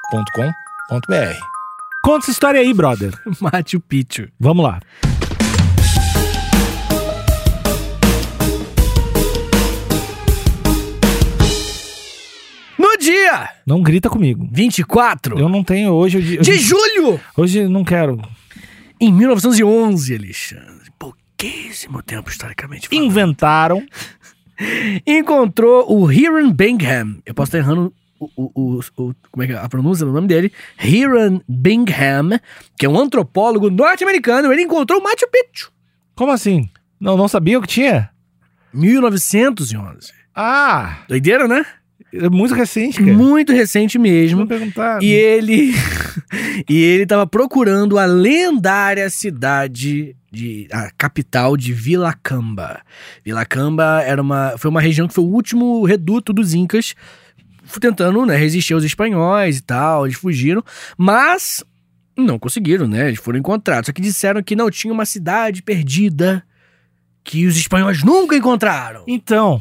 agenciadepodcast.com.br. Conta essa história aí, brother. Machu Picchu. Vamos lá. No dia Não grita comigo. 24 Eu não tenho hoje. eu di- eu de di- julho, Hoje não quero. em 1911, Alexandre. Pouquíssimo tempo, historicamente. falando. Inventaram. Encontrou o Hiram Bingham. Eu posso estar errando o, o- o- o- como é que é a pronúncia do nome dele. Hiram Bingham, que é um antropólogo norte-americano. Ele encontrou o Machu Picchu. Como assim? Não, não sabia o que tinha? 1911. Ah, Doideira, né? é muito recente, cara. Muito recente mesmo. Não perguntar. E ele e ele tava procurando a lendária cidade de a capital de Vilacamba. Vilacamba era uma foi uma região que foi o último reduto dos incas f- tentando, né, resistir aos espanhóis e tal, eles fugiram, mas não conseguiram, né? Eles foram encontrados. Só que disseram que não tinha uma cidade perdida que os espanhóis nunca encontraram. Então,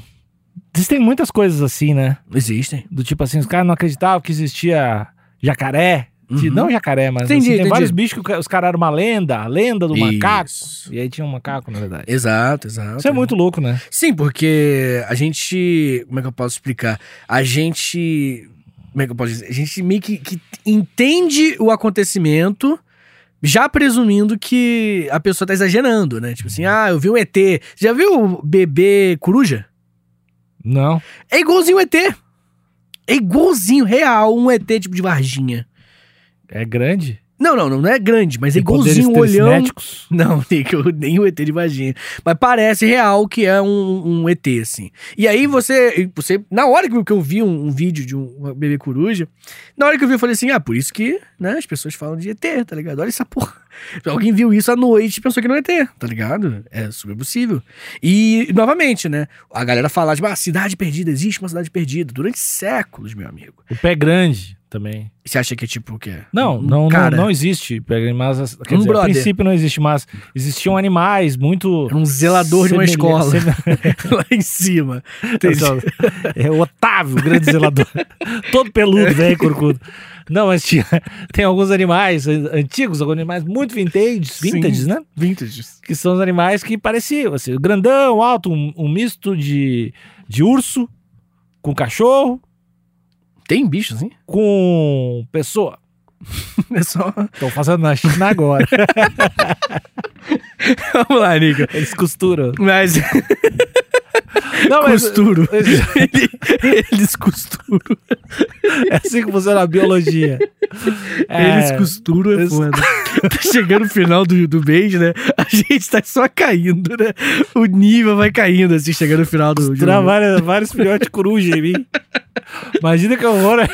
existem muitas coisas assim, né? Existem. Do tipo assim, os caras não acreditavam que existia jacaré. De- Uhum. Não jacaré, mas Entendi, assim, tem entendi. vários bichos que o ca- os caras eram uma lenda, a lenda do macaco. Uhum. Isso. E aí tinha um macaco, na verdade. Exato, exato. Isso é muito louco, né? Sim, porque a gente. Como é que eu posso explicar? A gente. Como é que eu posso dizer? A gente meio que, que entende o acontecimento. Já presumindo que a pessoa tá exagerando, né? Tipo assim, Uhum. ah, eu vi um ET. Já viu o bebê coruja? Não. É igualzinho um ET. É igualzinho, real, um ET tipo de Varginha. É grande. Não, não, não, não é grande, mas é Tem poderes igualzinho o olhão. telecinéticos. Não, nem, que eu- nem o ET de Varginha. Mas parece real que é um, um ET, assim. E aí você, e você. Na hora que eu- que eu vi um, um vídeo de um uma bebê coruja, na hora que eu vi, eu falei assim: ah, por isso que né, as pessoas falam de ET, tá ligado? Olha essa porra. Alguém viu isso à noite e pensou que não é ET, tá ligado? É super possível. E, novamente, né? A galera fala, tipo, ah, cidade perdida, existe uma cidade perdida durante séculos, meu amigo. O pé é grande também. Você acha que é tipo o quê? Não, Um não, cara, não, não existe pé grande, mas quer dizer, Um a brother. princípio não existe, mas existiam animais muito Era um zelador de semelha- uma escola semelha- lá em cima. Entendi. Pessoal, É o Otávio, o grande zelador. Todo peludo, velho, corcudo. Não, mas tinha, tem alguns animais eh, antigos, alguns animais muito vintage, Sim. vintage, né? Vintages. Que são os animais que pareciam, assim, grandão, alto, um, um misto de, de urso com cachorro, Tem bicho, assim? com pessoa. É só. Estão fazendo na China agora. Vamos lá, Nico. Eles costuram. Mas Não, costuro. mas, Eles costuram. é assim que funciona a biologia. Eles costuram é eles- foda. tá chegando o final do, do mês, né? A gente tá só caindo, né? O nível vai caindo, assim, chegando no final do. de um- Costurar várias- vários filhotes de coruja em mim. Imagina que horror. né?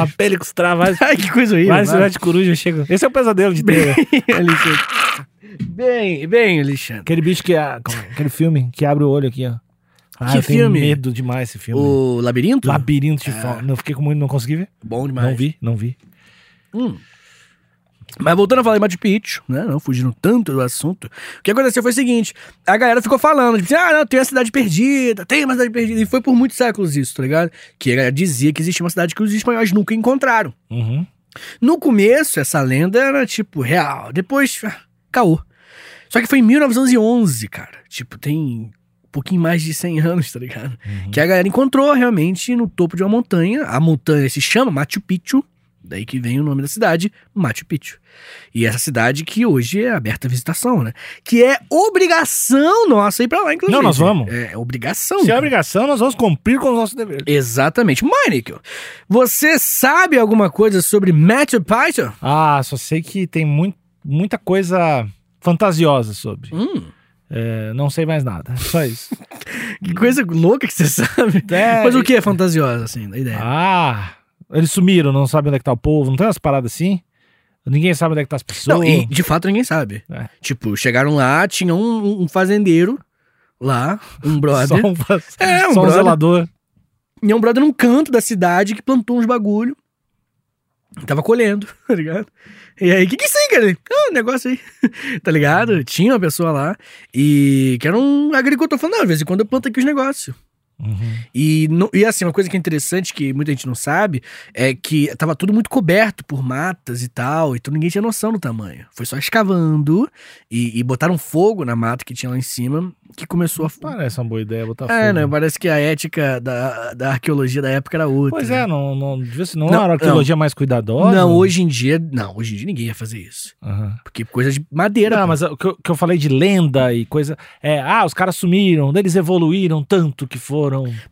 A pele costurar vários, Ai, que coisa horrível. vários É. vai. filhotes de coruja. Chega. Esse é o pesadelo de ter. Alexandre. Bem, bem, Alexandre. Aquele bicho que. a- aquele filme que abre o olho aqui, ó. Ah, Que eu tenho filme? medo demais esse filme. O Ah. labirinto? Labirinto de Fauno. Não fiquei com muito, não consegui ver. Bom demais. Não vi, não vi. Hum. Mas voltando a falar de Machu Picchu, né? Não fugindo tanto do assunto. O que aconteceu foi o seguinte: a galera ficou falando, tipo, assim, ah, não, tem uma cidade perdida, tem uma cidade perdida. E foi por muitos séculos isso, tá ligado? Que a galera dizia que existia uma cidade que os espanhóis nunca encontraram. Uhum. No começo, essa lenda era, tipo, real. Depois, ah, caô. Só que foi em 1911, cara. Tipo, tem um pouquinho mais de 100 anos, tá ligado? uhum. Que a galera encontrou realmente no topo de uma montanha. A montanha se chama Machu Picchu, daí que vem o nome da cidade, Machu Picchu. E essa cidade que hoje é aberta à visitação, né? Que é obrigação nossa ir pra lá, inclusive. Não, nós vamos. É, é obrigação. Se é cara. obrigação, nós vamos cumprir com o nosso dever. Exatamente. Michael, você sabe alguma coisa sobre Machu Picchu? Ah, só sei que tem muito, muita coisa fantasiosa sobre. Hum, É, não sei mais nada. Só isso. que coisa louca que você sabe. É, Mas o que é fantasiosa, assim, da ideia? Ah, eles sumiram, não sabem onde é que tá o povo, não tem umas paradas assim? Ninguém sabe onde é que tá as pessoas. Não, e de fato ninguém sabe. É. Tipo, chegaram lá, tinha um, um fazendeiro lá, um brother. só um, É, um só um brother. zelador. E é um brother num canto da cidade que plantou uns bagulho. Tava colhendo, tá ligado? E aí, o que que é isso aí, cara? Ele, Ah, um negócio aí. tá ligado? Tinha uma pessoa lá e que era um agricultor falando, não, de vez em quando eu planto aqui os negócios. Uhum. E, não- e assim, uma coisa que é interessante, que muita gente não sabe, é que tava tudo muito coberto por matas e tal, então ninguém tinha noção do tamanho. Foi só escavando e, e botaram fogo na mata que tinha lá em cima, que começou a. Parece uma boa ideia botar É, fogo. né? Parece que a ética da, da arqueologia da época era outra. Pois é, não, não, devia ser, não, Não, era uma arqueologia mais cuidadosa. Não, hoje em dia. Não, hoje em dia ninguém ia fazer isso. Aham. Porque coisa de madeira. Não, pô. mas o que eu, que eu falei de lenda e coisa. É, ah, os caras sumiram, daí eles evoluíram tanto que foram.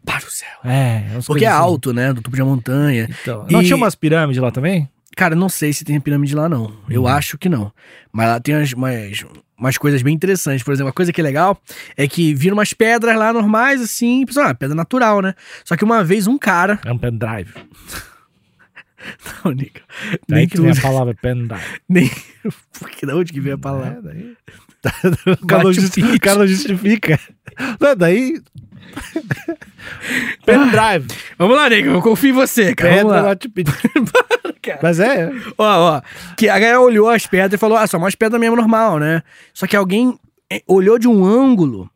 Para o céu. É, umas Porque coisas é assim. alto, né? Do topo de uma montanha. Então, Não E- tinha umas pirâmides lá também? Cara, não sei se tem pirâmide lá, não. Eu acho que não. Mas lá tem umas, umas, umas coisas bem interessantes. Por exemplo, uma coisa que é legal é que viram umas pedras lá normais, assim. e Pessoal, ah, pedra natural, né? Só que uma vez um cara. É um pendrive. Não, Nico. Daí Nem que vem tudo. a palavra pendrive. Nem. Porque da onde que veio a palavra? É, daí. o, cara não Bate Tá, o justi- pitch. o cara não justifica. Não, daí. pendrive. É. Vamos lá, Nico. Eu confio em você, cara. Vamos Pedra Ah, lá. bate o pitch. cara. Mas é. Ó, ó. Que a galera olhou as pedras e falou: ah, são umas pedras mesmo normal, né? Só que alguém eh, olhou de um ângulo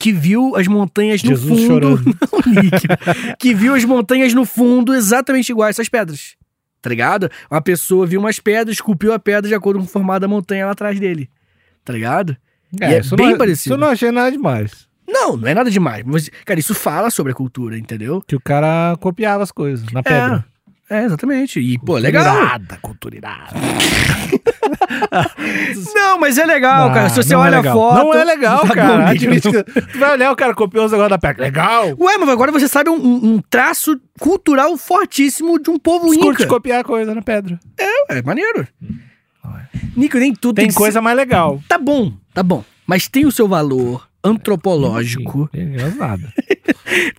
que viu as montanhas no Jesus fundo. chorando. Não, Nick. que viu as montanhas no fundo exatamente iguais a essas pedras. Tá ligado? Uma pessoa viu umas pedras, esculpiu a pedra de acordo com o formato da montanha lá atrás dele. Tá ligado? E é isso bem não, Isso parecido. eu não achei nada demais. Não, não é nada demais. Mas, cara, isso fala sobre a cultura, entendeu? Que o cara copiava as coisas na pedra. É, exatamente. E, pô, legal. Irada, cultura irada. Não, mas é legal, Ah, cara. Se você não é olha a legal. foto. Não é legal, Tá cara. bom, Nick, Admite que- Tu vai olhar o cara copiou os negócios da pedra. Legal. Ué, mas agora você sabe um, um- um traço cultural fortíssimo de um povo Curte inca. copiar coisa na pedra. É maneiro. Não é. Nico, nem tudo tem, Tem que coisa mais legal. ser- Tá bom, tá bom. Mas tem o seu valor antropológico. Sim, Não é nada.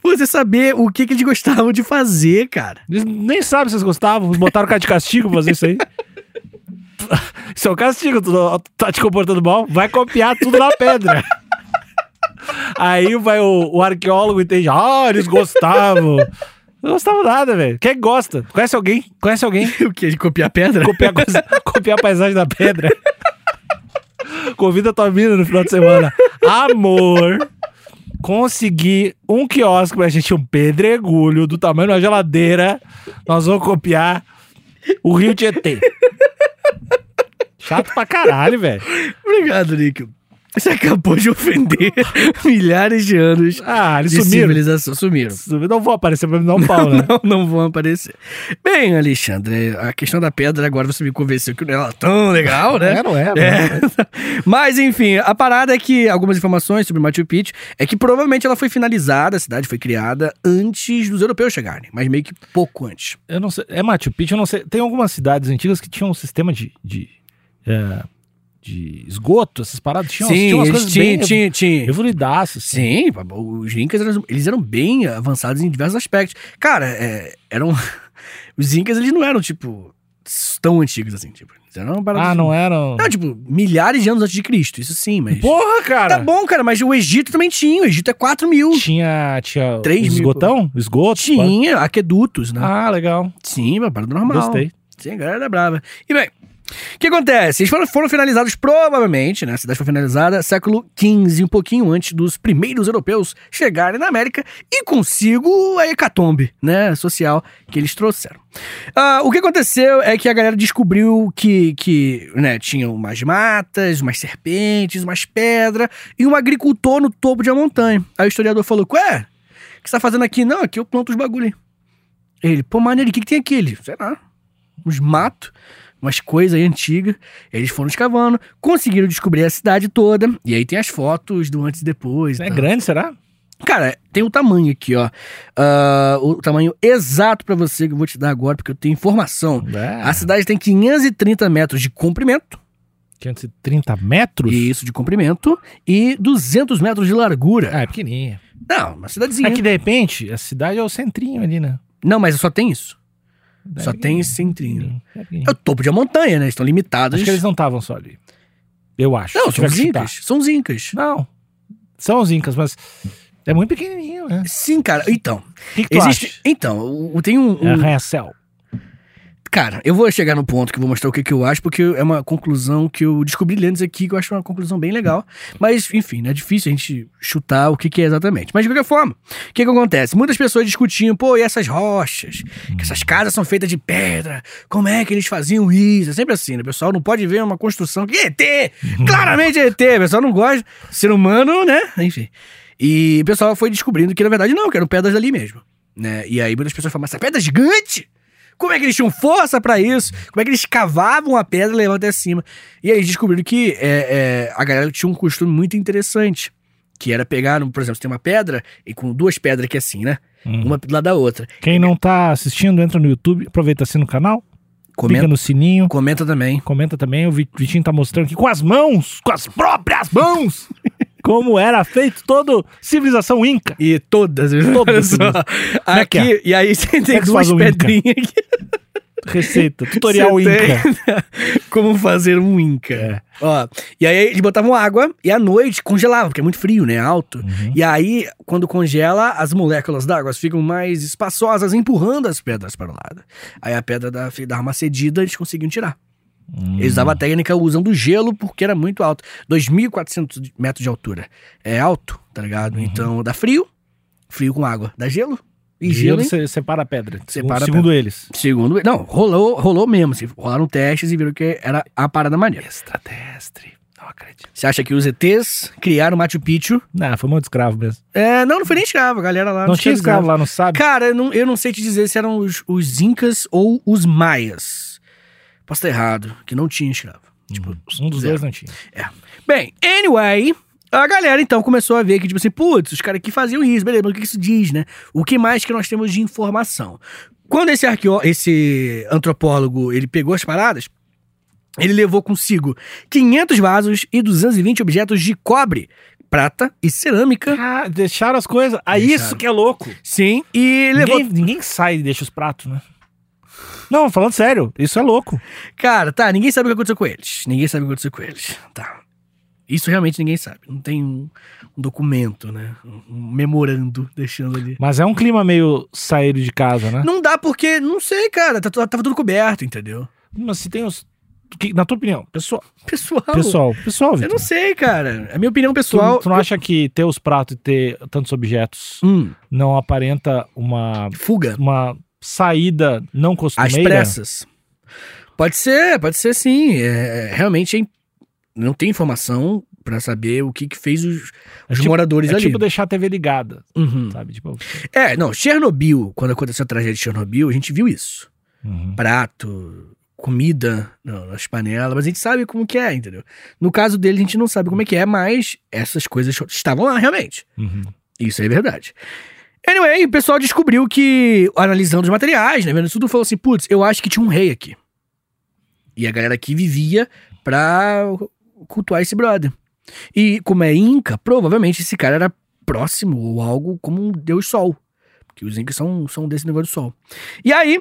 Você saber o que, que eles gostavam de fazer, cara. Eles nem sabem se eles gostavam. Botaram o cara de castigo pra fazer isso aí. Isso é um castigo. Tu não- tá te comportando mal. Vai copiar tudo na pedra. Aí vai o, o arqueólogo e entende. Ah, eles gostavam. Não gostavam nada, velho. Quem gosta? Conhece alguém? Conhece alguém? O que? De copiar pedra? copiar, coisa- copiar a paisagem da pedra. Convida tua mina no final de semana. Amor, consegui um quiosque pra gente, um pedregulho do tamanho de uma geladeira. Nós vamos copiar o Rio Tietê. Chato pra caralho, velho. Obrigado, Nico. Você acabou de ofender milhares de anos Ah, eles de sumiram. civilização. Sumiram. Não vou aparecer pra me dar um pau, né? Não, não vão aparecer. Bem, Alexandre, a questão da pedra agora você me convenceu que não era tão legal, né? não é, mano. É. Mas enfim, a parada é que algumas informações sobre Machu Picchu é que provavelmente ela foi finalizada, a cidade foi criada antes dos europeus chegarem, mas meio que pouco antes. Eu não sei. É Machu Picchu, eu não sei. Tem algumas cidades antigas que tinham um sistema de. de, é, de esgoto, essas paradas. Tinham, tinham umas coisas bem evo- tinha, tinha. evoluidaças, assim. Sim, os incas eram, eles eram bem avançados em diversos aspectos. Cara, é, eram os incas eles não eram tipo tão antigos assim, tipo, eles eram uma parada Ah, não eram. Não, tipo, milhares de anos antes de Cristo, isso sim, mas Porra, cara! Tá bom, cara, mas o Egito também tinha, o Egito é 4 mil. Tinha. Tinha. Três os mil. esgotão? Esgoto? Tinha aquedutos, né? Ah, legal. Sim, uma parada normal. Gostei. Sim, a galera é brava. E bem, o que acontece? Eles foram, foram finalizados provavelmente, né? A cidade foi finalizada século XV, um pouquinho antes dos primeiros europeus chegarem na América e consigo a hecatombe, né? Social que eles trouxeram. Ah, o que aconteceu é que a galera descobriu que, que né, tinham umas matas, umas serpentes, umas pedras e um agricultor no topo de uma montanha. Aí o historiador falou, ué, o que você tá fazendo aqui? Não, aqui eu planto os bagulho. aí." Ele, pô, maneiro, o que, que tem aqui? Ele, sei lá, uns matos, umas coisas aí antigas. Eles foram escavando, conseguiram descobrir a cidade toda. E aí tem as fotos do antes e depois. né? e É tal. grande, será? Cara, tem o tamanho aqui, ó. Ah, o tamanho exato pra você que eu vou te dar agora, porque eu tenho informação. É. A cidade tem 530 metros de comprimento, 530 metros? e isso de comprimento, e 200 metros de largura. Ah, é pequenininha. Não, uma cidadezinha. É que de repente, a cidade é o centrinho ali, né? Não, mas só tem isso. É Só tem esse centrinho. pequenininho, é pequenininho. É o topo de uma montanha, né? Estão limitados. Acho que eles não estavam só ali. Eu acho. Não, se são tiver os que chutar. incas. São os incas. Não. São os incas, mas é muito pequenininho, né? Sim, cara. Então, O que, que tu existe... acha? Então, o- o- tem um... É um- arranha-céu. Cara, eu vou chegar no ponto que eu vou mostrar o que, que eu acho, porque é uma conclusão que eu descobri lendo aqui, que eu acho uma conclusão bem legal. Mas, enfim, né, é difícil a gente chutar o que, que é exatamente. Mas, de qualquer forma, o que, que acontece? Muitas pessoas discutiam, pô, e essas rochas? Que essas casas são feitas de pedra. Como é que eles faziam isso? É sempre assim, né? O pessoal não pode ver uma construção que ET! Claramente é ET! O pessoal não gosta. Ser humano, né? Enfim. E o pessoal foi descobrindo que, na verdade, não, que eram pedras ali mesmo. Né? E aí muitas pessoas falam, mas essa pedra é gigante? Como é que eles tinham força pra isso? Como é que eles cavavam a pedra e levavam até cima? E aí descobriram que é, é, a galera tinha um costume muito interessante. Que era pegar, um- por exemplo, você tem uma pedra, e com duas pedras aqui assim, né? Hum. Uma do lado da outra. Quem não tá assistindo, entra no YouTube, aproveita, assina o canal, clica Comenta, no sininho, comenta também. comenta também. O Vi- Vitinho tá mostrando aqui com as mãos, com as próprias mãos, como era feito toda civilização inca. E todas, viu? Todas. Só. Como é Aqui, que é? e aí você tem é que se duas faz um Inca? pedrinhas aqui. Receita, tutorial Você tem- inca. Como fazer um Inca. Ó, e aí eles botavam água e à noite congelavam, porque é muito frio, né? Alto. E aí, quando congela, as moléculas d'água ficam mais espaçosas, empurrando as pedras para o lado. Aí a pedra da- dava uma cedida, eles conseguiam tirar. Hum. Uhum. Eles usavam a técnica usando gelo, porque era muito alto. 2.400 metros de altura. É alto, tá ligado? Então dá frio, frio com água. Dá gelo e E gelo gelo, hein? se- separa a pedra. Separa a segundo, segundo eles. Segundo. Não, rolou, rolou mesmo. assim, Rolaram testes e viram que era a parada maneira. Extraterrestre. Não acredito. Você acha que os ETs criaram Machu Picchu? Não, foi muito escravo mesmo. É, não, não foi nem escravo, a galera lá. Não tinha escravo escravizava. lá, não sabe? Cara, eu não, eu não sei te dizer se eram os, os Incas ou os Maias. Posso estar errado, que não tinha escravo. Tipo, um dos zero. dois não tinha. Bem, anyway, a galera então começou a ver que, tipo assim, putz, os caras que faziam isso, beleza, mas o que que isso diz, né? O que mais que nós temos de informação? Quando esse arqueó, esse antropólogo, ele pegou as paradas, ele levou consigo 500 vasos e 220 objetos de cobre, prata e cerâmica. Ah, deixaram as coisas. Ah, Deixaram. isso que é louco. Sim, e levou. Ninguém, ninguém sai e deixa os pratos, né? Não, falando sério, isso é louco. Cara, tá, ninguém sabe o que aconteceu com eles. Ninguém sabe o que aconteceu com eles. Tá. Isso realmente ninguém sabe. Não tem um, um documento, né? Um, um memorando deixando ali. Mas é um clima meio sair de casa, né? Não dá porque, não sei, cara. tá- tá- tava tudo coberto, entendeu? Mas se tem os. que- na tua opinião, pessoal. Pessoal. Pessoal, pessoal, Eu Vitor. não sei, cara. A minha opinião Tu, pessoal. tu não acha que ter os pratos e ter tantos objetos Hum, não aparenta uma, fuga. uma saída não Às costumeira? pressas. Pode ser, pode ser sim. É, é, realmente hein, não tem informação pra saber o que, que fez os, É os tipo- moradores É ali. tipo deixar a TV ligada, Uhum. sabe? Tipo, É, não, Chernobyl, quando aconteceu a tragédia de Chernobyl, a gente viu isso. uhum. Prato, comida não, nas panelas, mas a gente sabe como que é, entendeu? No caso dele, a gente não sabe como é que é, mas essas coisas estavam lá realmente. Uhum. Isso é verdade. Anyway, o pessoal descobriu que, analisando os materiais, né, vendo isso tudo, falou assim, putz, eu acho que tinha um rei aqui. E a galera aqui vivia pra cultuar esse brother. E como é Inca, provavelmente esse cara era próximo ou algo como um deus sol. Porque os Incas são, são desse negócio do sol. E aí,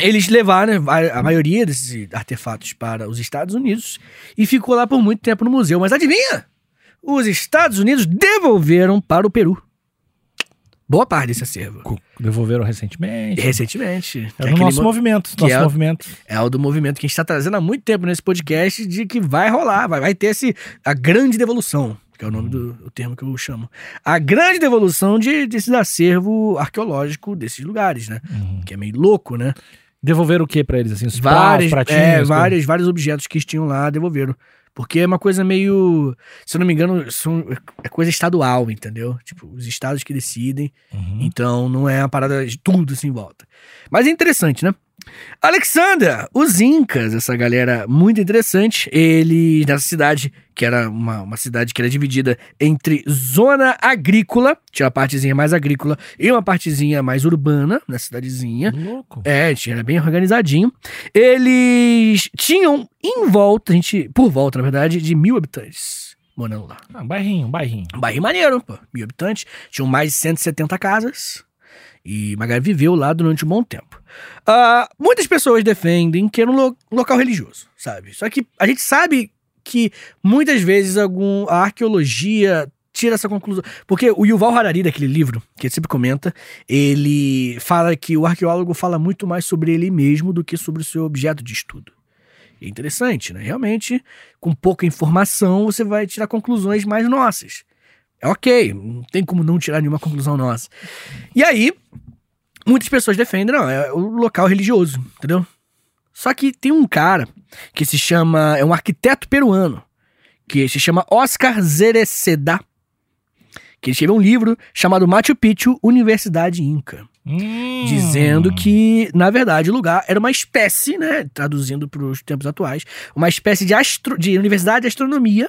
eles levaram né, a, a maioria desses artefatos para os Estados Unidos e ficou lá por muito tempo no museu. Mas adivinha? Os Estados Unidos devolveram para o Peru. Boa parte desse acervo. Co- Devolveram recentemente. Recentemente. É Que o aquele nosso mo- movimento. que Nosso é- movimento. é o do movimento que a gente está trazendo há muito tempo nesse podcast de que vai rolar, vai, vai ter esse, a grande devolução, que é o nome do o termo que eu chamo. A grande devolução de, desse acervo arqueológico desses lugares, né? Uhum. Que é meio louco, né? Devolveram o que pra eles? Assim, os vários, pratos, pratinhos? né? é, coisas? vários, vários objetos que tinham lá devolveram. Porque é uma coisa meio. Se eu não me engano, são, é coisa estadual, entendeu? Tipo, os estados que decidem. Uhum. Então não é uma parada de tudo assim em volta. Mas é interessante, né? Alexander, os Incas, essa galera muito interessante, eles nessa cidade, que era uma, uma cidade que era dividida entre zona agrícola, tinha uma partezinha mais agrícola e uma partezinha mais urbana, na cidadezinha. Louco. É, tinha- era bem organizadinho. Eles tinham em volta, a gente, por volta, na verdade, de mil habitantes morando lá. Ah, bairrinho, bairrinho. Um bairro maneiro, pô. Mil habitantes. Tinham mais de 170 casas. E Magalhães viveu lá durante um bom tempo. Ah, muitas pessoas defendem que era um lo- local religioso, sabe? Só que a gente sabe que muitas vezes algum, a arqueologia tira essa conclusão. Porque o Yuval Harari, daquele livro, que ele sempre comenta, ele fala que o arqueólogo fala muito mais sobre ele mesmo do que sobre o seu objeto de estudo. É interessante, né? Realmente, com pouca informação, você vai tirar conclusões mais nossas. É ok, não tem como não tirar nenhuma conclusão nossa. E aí, muitas pessoas defendem, não, é o local religioso, entendeu? Só que tem um cara que se chama, é um arquiteto peruano, que se chama Oscar Zereceda, que ele escreveu um livro chamado Machu Picchu, Universidade Inca Hum. dizendo que, na verdade, o lugar era uma espécie, né, traduzindo para os tempos atuais, uma espécie de, astro- de universidade de astronomia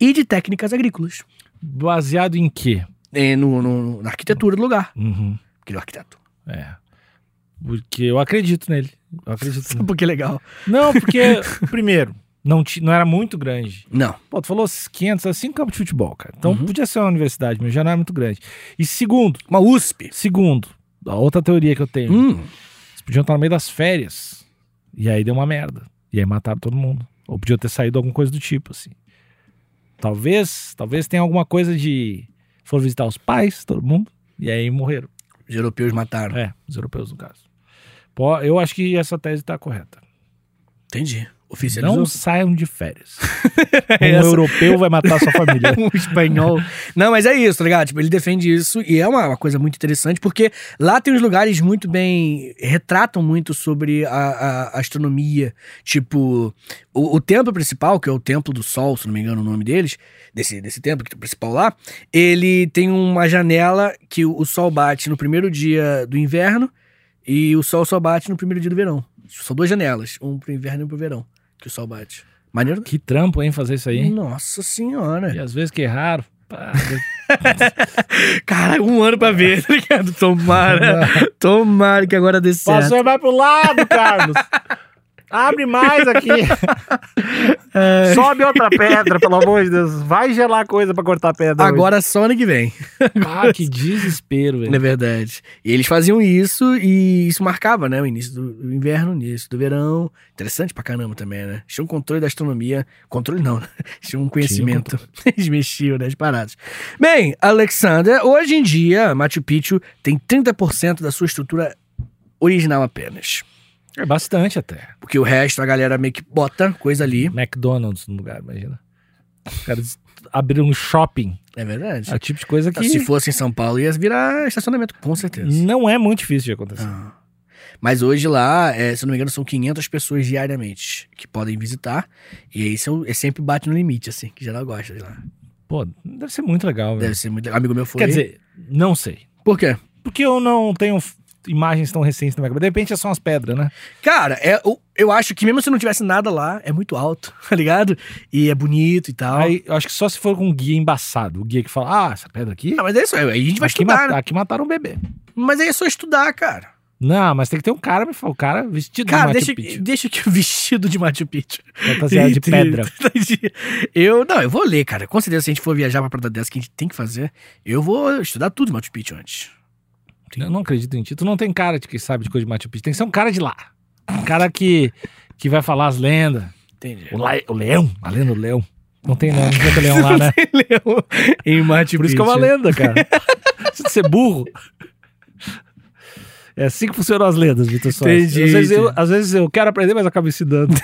e de técnicas agrícolas Baseado em quê? eh, no, no- na arquitetura do lugar, Uhum. porque ele é um arquiteto. É. Porque eu acredito nele. Eu acredito nele. Sabe por que é legal? Não, porque, primeiro, não, ti- não era muito grande. Não. Pô, tu falou 500, era 5 campos de futebol, cara. Então Uhum. podia ser uma universidade, mas já não era muito grande. E segundo, Uma USP. segundo, a outra teoria que eu tenho, Hum. eles podiam estar no meio das férias. E aí deu uma merda. E aí mataram todo mundo. Ou podia ter saído alguma coisa do tipo, assim. Talvez, talvez tenha alguma coisa de. Foram visitar os pais, todo mundo. E aí morreram. Os europeus mataram. É, os europeus, no caso. Pô, eu acho que essa tese tá correta. Entendi. Não Oficializou. saiam de férias. Um Essa- europeu vai matar sua família. um espanhol. Não, mas é isso, tá ligado? Tipo, ele defende isso e é uma, uma coisa muito interessante, porque lá tem uns lugares muito bem. retratam muito sobre a, a- a astronomia. Tipo, o, o templo principal, que é o Templo do Sol, se não me engano o nome deles, desse, desse templo, que é o principal lá, ele tem uma janela que o, o sol bate no primeiro dia do inverno e o sol só bate no primeiro dia do verão. São duas janelas, um pro inverno e um pro verão, que o sol bate. Maneiro? Que trampo, hein, fazer isso aí, hein? Nossa senhora. E às vezes que erraram. pá, Cara, um ano pra ver, tá ligado? Tomara. tomara que agora dê certo. Passou e vai pro lado, Carlos. Abre mais aqui. Sobe outra pedra, pelo amor de Deus. Vai gelar coisa pra cortar pedra. Agora só ano que vem. hoje. Ah, que desespero, Na velho. verdade. E eles faziam isso e isso marcava, né? O início do do inverno, o início do verão. Interessante pra caramba também, né? Tinha um controle da astronomia. Controle não, né? Tinha um conhecimento. Eles mexiam nas paradas. Bem, Alexander, hoje em dia, Machu Picchu tem 30% da sua estrutura original apenas. É bastante até. Porque o resto a galera meio que bota coisa ali. McDonald's no lugar, imagina. Os caras abriram um shopping. É verdade. É o tipo de coisa que Tá Se fosse em São Paulo, ia virar estacionamento, com certeza. não é muito difícil de acontecer. Ah. Mas hoje lá, é, se eu não me engano, são 500 pessoas diariamente que podem visitar. E aí isso é, sempre bate no limite, assim, que geral gosta de lá. Pô, deve ser muito legal, velho. Deve ser muito legal. Amigo meu foi. É. Quer dizer, não sei. Por quê? Porque eu não tenho f- imagens tão recentes na minha cabeça. De repente é só umas pedras, né? Cara, é, eu, eu acho que mesmo se não tivesse nada lá, é muito alto, tá ligado? E é bonito e tal. Aí, eu acho que só se for com um guia embaçado. O guia que fala, ah, essa pedra aqui. Ah, mas é isso aí, aí a gente vai aqui, estudar, mata- né? aqui mataram um bebê. Mas aí é só estudar, cara. Não, mas tem que ter um cara, me fala, o cara vestido Cara, de Machu deixa, Picchu. deixa que o vestido de Machu Picchu. Fantasiado de Entendi. pedra. Eu, não, eu vou ler, cara. Com certeza, se a gente for viajar pra Praia dessa que a gente tem que fazer, eu vou estudar tudo de Machu Picchu antes. Eu não acredito em ti. Tu não tem cara de que sabe de coisa de Machu Picchu. Tem que ser um cara de lá. Um cara que, que vai falar as lendas. Entendi. O, lai- o leão. A lenda do leão. Não tem não, não tem leão lá, né? em Machu Por isso que é uma lenda, cara. Precisa ser burro. É assim que funcionam as lendas, Vitor Soares. Entendi, Às vezes, eu, entendi. às vezes eu quero aprender, mas eu acabo ensinando.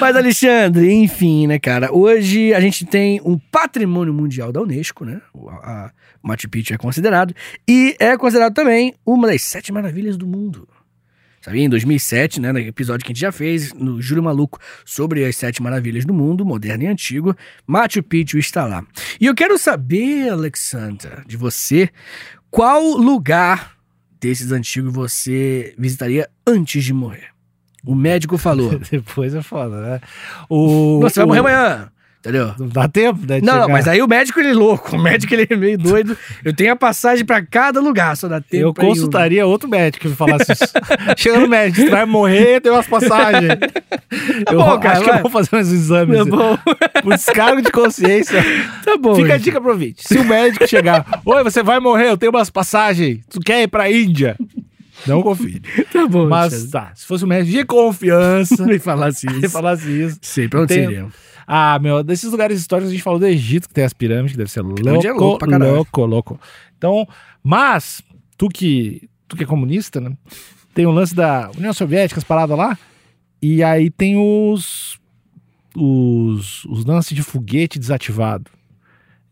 Mas, Alexandre, enfim, né, cara? Hoje a gente tem um patrimônio mundial da Unesco, né? O a, a Machu Picchu é considerado. E é considerado também uma das sete maravilhas do mundo. Sabia? Em 2007, né, no episódio que a gente já fez, no Júlio Maluco, sobre as sete maravilhas do mundo, moderno e antigo, Machu Picchu está lá. E eu quero saber, Alexandra, de você, qual lugar desses antigos você visitaria antes de morrer? O médico falou. Depois é foda, né? O, Nossa, você vai o- morrer amanhã. Entendeu? Não dá tempo, né? de Não, não, chegar. mas aí o médico ele é louco. O médico ele é meio doido. Eu tenho a passagem pra cada lugar, só dá tempo. Eu pra ir um. consultaria outro médico que me falasse isso. Chega no médico, você vai morrer, tem umas passagens. eu Tá bom, cara, acho que vai. eu vou fazer uns exames. Tá bom, Por descargo de consciência. tá bom. Fica a dica pro ouvinte. Se o médico chegar, oi, você vai morrer, eu tenho umas passagens. Tu quer ir pra Índia? Não confie. Tá bom, Mas tá, se fosse um médico de confiança, me falasse isso. ele falasse isso. assim, Sei, pra onde Tem- seria? Ah, meu, desses lugares históricos a gente falou do Egito, que tem as pirâmides, que deve ser louco, é louco pra caralho. louco, louco. Então, mas, tu que, tu que é comunista, né? Tem o lance da União Soviética, as paradas lá. E aí tem os. Os, os lances de foguete desativado.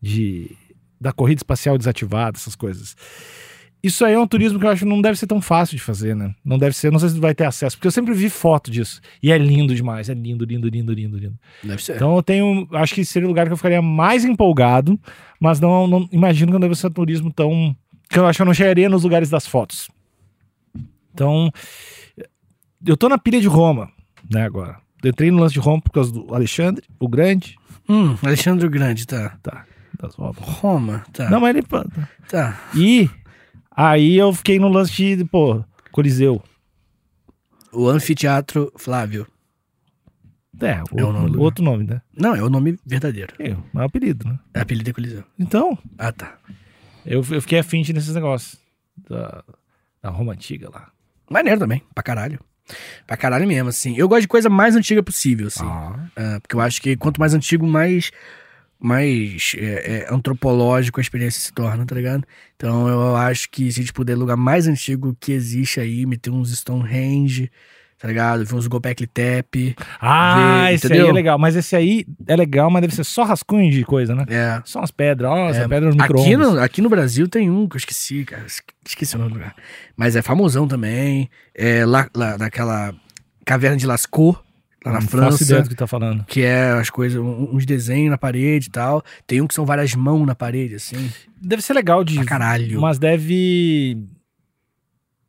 De, da corrida espacial desativada, essas coisas. Isso aí é um turismo que eu acho que não deve ser tão fácil de fazer, né? Não deve ser, não sei se tu vai ter acesso, porque eu sempre vi foto disso. E é lindo demais, é lindo, lindo, lindo, lindo, lindo. Deve ser. Então eu tenho. Acho que seria o lugar que eu ficaria mais empolgado, mas não, não imagino que não deve ser um turismo tão. Que eu acho que eu não chegaria nos lugares das fotos. Então. Eu tô na pilha de Roma, né, agora. Eu entrei no lance de Roma por causa do Alexandre, o Grande. Hum, Alexandre o Grande, tá. Das Roma. Roma, tá. Não, mas ele. Tá. E aí eu fiquei no lance de, pô, Coliseu. O Anfiteatro Flávio. É, o, É o nome do outro nome, né? Não, é o nome verdadeiro. É, mas é o apelido, né? É apelido de colisão. Então, Ah, tá. eu, eu fiquei afim de ir nesses negócios. Da, da Roma antiga lá. Maneiro também, pra caralho. Pra caralho mesmo, assim. Eu gosto de coisa mais antiga possível, assim. Ah. Ah, porque eu acho que quanto mais antigo, mais, mais é, é, antropológico a experiência se torna, tá ligado? Então eu acho que se a gente puder lugar mais antigo que existe aí, meter uns Stonehenge, tá ligado? Ver uns Gobekli Tepe. Ah, Ver, esse aí entendeu? é legal. Mas esse aí é legal, mas deve ser só rascunho de coisa, né? É. Só umas pedras, ó, essa É, pedra no micro Aqui no, aqui no Brasil tem um que eu esqueci, cara. Esque- Esqueci o nome do lugar. Mas é famosão também. É lá, lá naquela caverna de Lascaux, lá na Hum, Faço ideia do França. que tá falando. Que é as coisas, um- uns desenhos na parede e tal. Tem um que são várias mãos na parede, assim. Deve ser legal de... Pra caralho. Mas deve...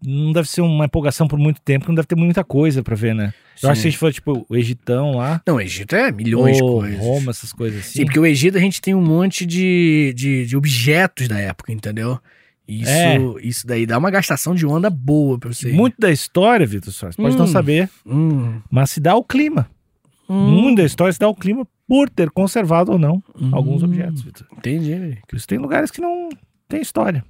Não deve ser uma empolgação por muito tempo, porque não deve ter muita coisa pra ver, né? Eu acho que se a Sim. gente for, tipo, o Egitão lá, Não, o Egito é milhões de ou coisas. Oh, Roma, essas coisas assim. Sim, porque o Egito a gente tem um monte de, de, de objetos da época, entendeu? Isso, É. isso daí dá uma gastação de onda boa pra você. Muito da história, Vitor Soares, pode Hum. não saber, Hum, mas se dá o clima. hum, Muito da história se dá o clima por ter conservado ou não hum. alguns objetos, Vitor. Entendi. Porque isso tem lugares que não tem história.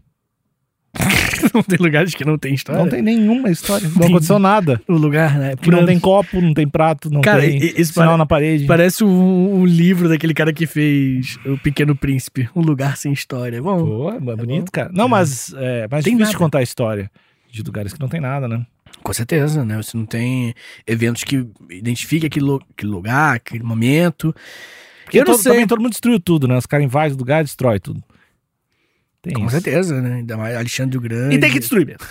Não tem lugares que não tem história. Não tem nenhuma história. Não Entendi. aconteceu nada. o lugar, né? Que não tem copo, não tem prato, não Cara, tem e- isso sinal pare- na parede. Parece um, um livro daquele cara que fez O Pequeno Príncipe. Um lugar sem história. Tá Bom, Pô, é bonito, cara. Não, mas é mais Tem difícil nada. de contar a história de lugares que não tem nada, né? com certeza, né? Você não tem eventos que identifiquem aquele, lu- aquele lugar, aquele momento. Porque Eu não todo, sei. também todo mundo destruiu tudo, né? Os caras invadem o lugar e destrói tudo. Tem Com isso. certeza, né? Ainda mais Alexandre o Grande. E tem que destruir mesmo.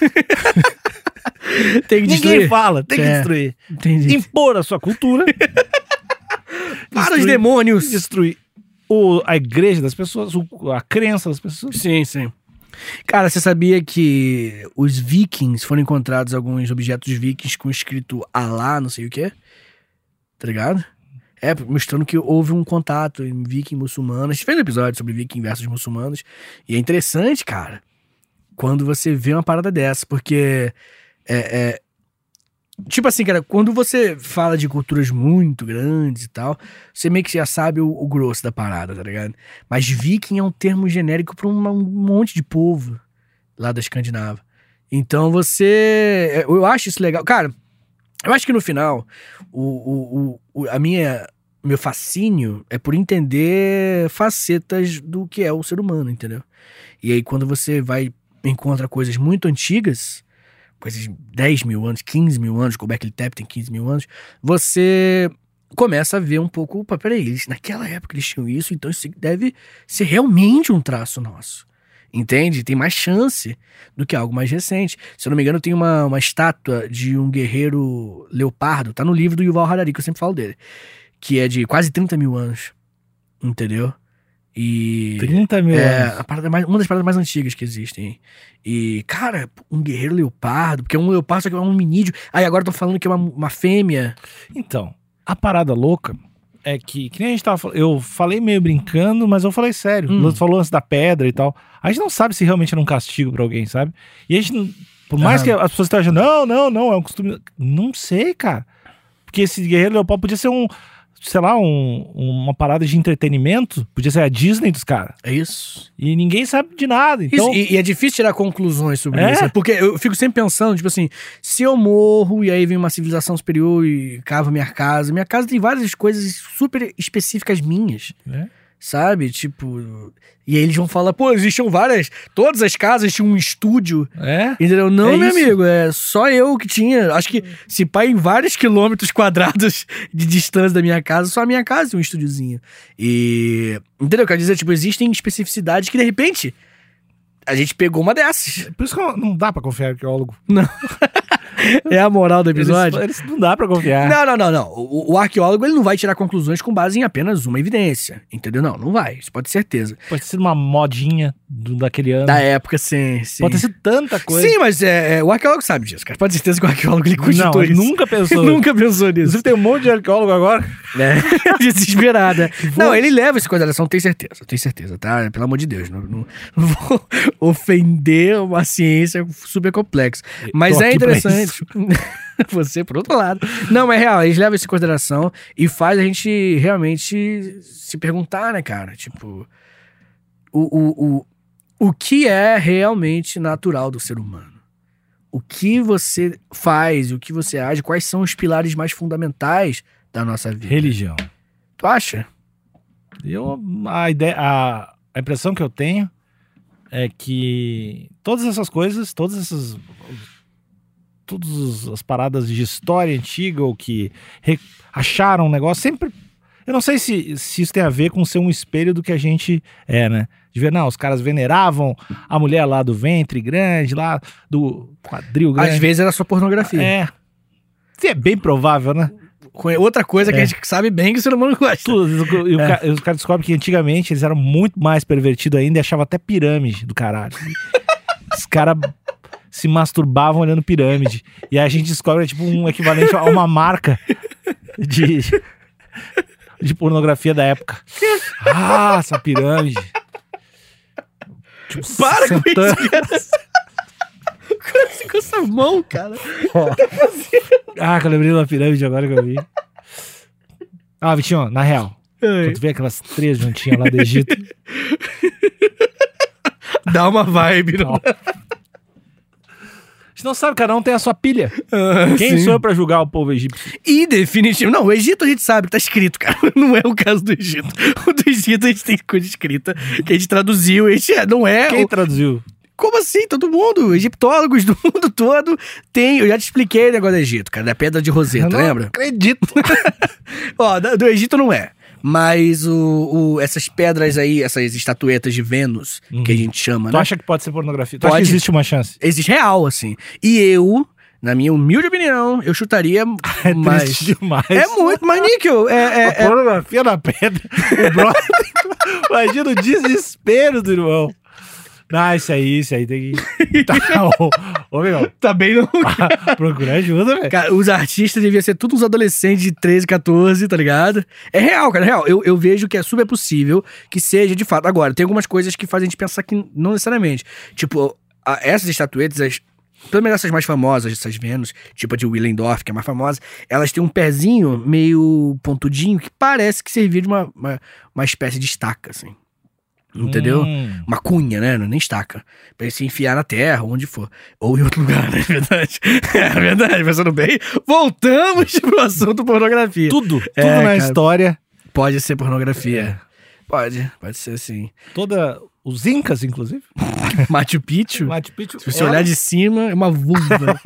Tem que Ninguém destruir. fala, tem que É. destruir. Entendi. Impor a sua cultura. Para os destruir- demônios! Destruir o- a igreja das pessoas, o- a crença das pessoas. Sim, sim. Cara, você sabia que os vikings foram encontrados alguns objetos vikings com escrito Alá, não sei o quê? Tá ligado? É, mostrando que houve um contato em viking e muçulmano. A gente fez um episódio sobre viking versus muçulmanos. E é interessante, cara, quando você vê uma parada dessa, porque é, é, Tipo assim, cara, quando você fala de culturas muito grandes e tal, você meio que já sabe o- o grosso da parada, tá ligado? Mas viking é um termo genérico para um monte de povo lá da Escandinava. Então você. é, Eu acho isso legal. Cara, eu acho que no final, o, o, o- o- a minha. Meu fascínio é por entender facetas do que é o ser humano, entendeu? E aí, quando você vai encontra coisas muito antigas, coisas de 10 mil anos, 15 mil anos, como é que ele tem 15 mil anos, você começa a ver um pouco, opa, peraí, eles, naquela época eles tinham isso, então isso deve ser realmente um traço nosso. Entende? Tem mais chance do que algo mais recente. Se eu não me engano, tem uma, uma estátua de um guerreiro leopardo, tá no livro do Yuval Harari, que eu sempre falo dele, que é de quase 30 mil anos. Entendeu? E. 30 mil É, anos. a parada mais- uma das paradas mais antigas que existem. E, cara, um guerreiro leopardo, porque é um leopardo, só que é um minídeo. Aí agora estão falando que é uma, uma fêmea. Então, a parada louca é que, que nem a gente tava falando, eu falei meio brincando, mas eu falei sério. Hum. O Lúcio falou antes da pedra e tal. A gente não sabe se realmente era um castigo pra alguém, sabe? E a gente, não- por mais Aham. que as pessoas estejam achando, não, não, não, é um costume. Não sei, cara. Porque esse guerreiro leopardo podia ser um. sei lá, um- uma parada de entretenimento. Podia ser a Disney dos caras. É isso. E ninguém sabe de nada. Então, Isso, e, e é difícil tirar conclusões sobre É? isso. né? Porque eu fico sempre pensando, tipo assim, se eu morro e aí vem uma civilização superior e cava minha casa, minha casa tem várias coisas super específicas minhas. É. Sabe? Tipo. E aí eles vão falar, pô, existiam várias. Todas as casas tinham um estúdio. é. Entendeu? Não, É meu isso. amigo, é só eu que tinha. Acho que se pai em vários quilômetros quadrados de distância da minha casa, só a minha casa tinha um estúdiozinho. E. Entendeu? Quer dizer, tipo, existem especificidades que de repente a gente pegou uma dessas. Por isso que eu- não dá pra confiar em arqueólogo. É a moral do Eles, episódio. eles não dá pra confiar. Não, não, não, não. O, o arqueólogo ele não vai tirar conclusões com base em apenas uma evidência. Entendeu? Não, não vai. Isso pode ter certeza. Pode ter sido uma modinha do, daquele ano. Da época, sim, sim. Pode ter sido tanta coisa. Sim, mas é, é, o arqueólogo sabe disso, cara. Pode ter certeza que o arqueólogo ele cogitou não, ele isso. nunca pensou. Ele nunca pensou nisso. Inclusive, tem um monte de arqueólogo agora. né? Desesperada. Não, ele leva isso em consideração, tenho certeza, tenho certeza, tá? Pelo amor de Deus, não, não- não vou ofender uma ciência super complexa. Mas Tô é aqui pra interessante. Você, por outro lado. Não, mas é real, eles levam isso em consideração e faz a gente realmente se perguntar, né, cara? Tipo, o, o, o, o que é realmente natural do ser humano? O que você faz, o que você age, quais são os pilares mais fundamentais da nossa vida? Religião. Tu acha? Eu, a, ideia, a, a impressão que eu tenho é que todas essas coisas, todas essas. Todas os- as paradas de história antiga ou que re- acharam um negócio, sempre. Eu não sei se, se isso tem a ver com ser um espelho do que a gente é, né? De ver, não, os caras veneravam a mulher lá do ventre grande, lá do quadril Às grande. vezes era só pornografia. É. Isso é bem provável, né? Co- Outra coisa que É. a gente sabe bem que o ser humano gosta. Tudo. E o ca- e os caras descobrem que antigamente eles eram muito mais pervertidos ainda e achavam até pirâmide do caralho. Os caras se masturbavam olhando pirâmide. E aí a gente descobre é tipo um equivalente a uma marca de, de pornografia da época. Ah, essa pirâmide. Tipo, Para com sentando- isso, cara. com essa mão, cara. Ah, que eu lembrei da pirâmide agora que eu vi. Ah, Vitinho, na real, Ai, quando tu vê aquelas três juntinhas lá do Egito, Dá uma vibe. Não. A gente não sabe, cada um tem a sua pilha. Ah, Quem sim. sou eu pra julgar o povo egípcio? E definitivo. Não, o Egito a gente sabe que tá escrito, cara. Não é o caso do Egito. O do Egito a gente tem coisa escrita que a gente traduziu. A gente é- não é. Quem o- traduziu? Como assim? Todo mundo, egiptólogos do mundo todo, tem. Eu já te expliquei o negócio do Egito, cara, da pedra de Eu Roseta, não lembra? acredito. Ó, da- do Egito não é. Mas o, o- essas pedras aí, essas estatuetas de Vênus, Uhum. que a gente chama, Tu né? acha que pode ser pornografia? Tu acha Pode. que existe uma chance? Existe real, assim. E eu, na minha humilde opinião, eu chutaria É mais. triste demais. É muito, mas níquel, é, é, é- pornografia na pedra. O brother... Imagina o desespero do irmão. Ah, isso aí, isso aí tem que... Tá, ô, ô, meu, Tá bem não. procura ajuda, velho. Cara, os artistas deviam ser todos uns adolescentes de 13, 14, tá ligado? É real, cara, é real. Eu, eu vejo que é super possível que seja de fato. Agora, tem algumas coisas que fazem a gente pensar que não necessariamente. Tipo, a- essas estatuetas, as- pelo menos essas mais famosas, essas Vênus, tipo a de Willendorf, que é a mais famosa, elas têm um pezinho meio pontudinho que parece que servia de uma, uma, uma espécie de estaca, assim. Entendeu? Hum. uma cunha, né? Nem estaca. Pra ele se enfiar na terra, onde for. Ou em outro lugar, né? É verdade. É verdade, pensando bem. Voltamos pro assunto pornografia. Tudo, tudo É, na cara. história. Pode ser É. pornografia. Pode, pode ser sim. Toda... Os incas, inclusive. Machu Picchu. Machu Picchu. Se você olhar de cima, é uma vulva.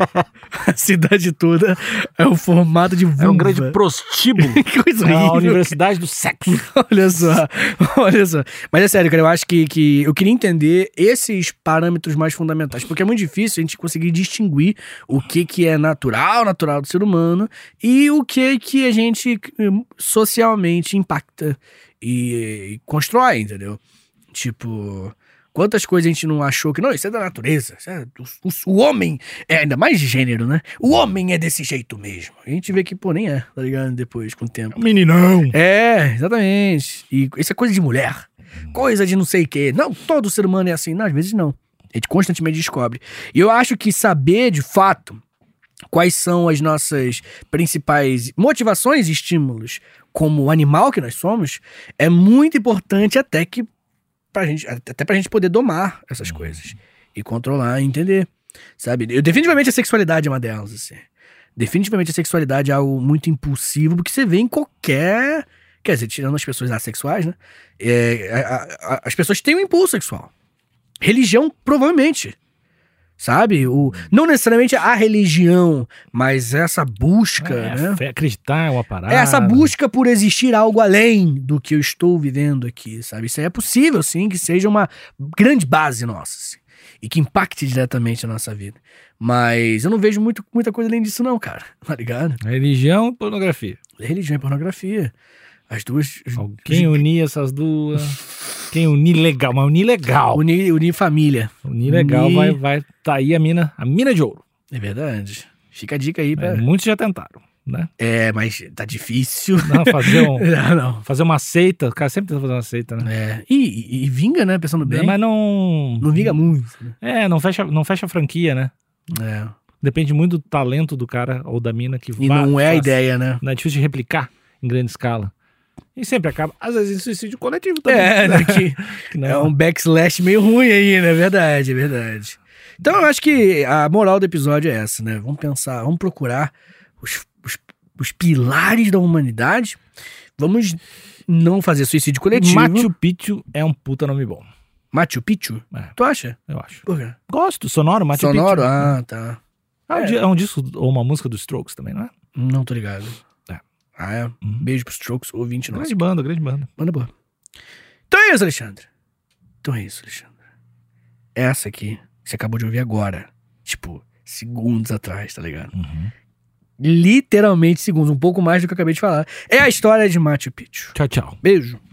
A cidade toda é o formato de vulva. É um grande prostíbulo. Que coisa É a horrível. universidade do sexo. Olha só, olha só. Mas é sério, cara, eu acho que, que eu queria entender esses parâmetros mais fundamentais, porque é muito difícil a gente conseguir distinguir o que, que é natural, natural do ser humano, e o que, que a gente hum, socialmente impacta e, e constrói, entendeu? Tipo, quantas coisas a gente não achou que, não, isso é da natureza, isso é do- o, o homem, é ainda mais de gênero, né? O homem é desse jeito mesmo. A gente vê que, pô, nem é, tá ligado? Depois, com o tempo. Meninão. É, exatamente. E isso é coisa de mulher. Coisa de não sei o quê. Não, todo ser humano é assim. Não, às vezes não. A gente constantemente descobre. E eu acho que saber de fato quais são as nossas principais motivações e estímulos como animal que nós somos, é muito importante até que pra gente, até pra gente poder domar essas coisas e controlar e entender, sabe? Eu definitivamente a sexualidade é uma delas, assim. Definitivamente a sexualidade é algo muito impulsivo, porque você vê em qualquer, quer dizer, tirando as pessoas assexuais, né? É, a- a- a- as pessoas têm um impulso sexual. Religião provavelmente Sabe? O, não necessariamente a religião, mas essa busca, É, né? fé- acreditar é uma parada. É essa busca por existir algo além do que eu estou vivendo aqui, sabe? Isso aí é possível, sim, que seja uma grande base nossa, assim, e que impacte diretamente a nossa vida. Mas eu não vejo muito, muita coisa além disso, não, cara. Tá ligado? Religião e pornografia. Religião e pornografia. As duas. Quem unir essas duas? Quem unir legal, mas unir legal. Unir, unir família. Unir legal Unir. vai, vai tá aí a mina, a mina de ouro. É, É verdade. Fica a dica aí pra. Muitos já tentaram, né? É, mas tá difícil. Não, fazer, um- Ah, não. fazer uma seita, o cara sempre tenta fazer uma seita, né? É. E, e- e vinga, né? Pensando bem. Mas não. Não vinga muito. né? É, não fecha, não fecha a franquia, né? É. Depende muito do talento do cara ou da mina que E vá- não é a faça. ideia, né? Não é difícil de replicar em grande escala. E sempre acaba, às vezes, em suicídio coletivo também. né, que- É, Que não- É um backslash meio ruim aí, né? Verdade, é verdade. Então eu acho que a moral do episódio é essa, né? Vamos pensar, vamos procurar os, os, os pilares da humanidade. Vamos não fazer suicídio coletivo. Machu Picchu é um puta nome bom, Machu Picchu? É. Tu acha? eu acho. Por quê? Gosto, sonoro, Machu Sonoro? Picchu. Ah, tá. É um é. di- é um disco ou uma música dos Strokes também, não é? Não tô ligado. É. Ah, é? Beijo pros Strokes, ouvinte nosso. Grande banda, grande banda. Manda boa. Então é isso, Alexandre. Então é isso, Alexandre. Essa aqui, que você acabou de ouvir agora. Tipo, segundos atrás, tá ligado? Literalmente segundos, um pouco mais do que eu acabei de falar. É a história de Machu Picchu. Tchau, tchau. Beijo.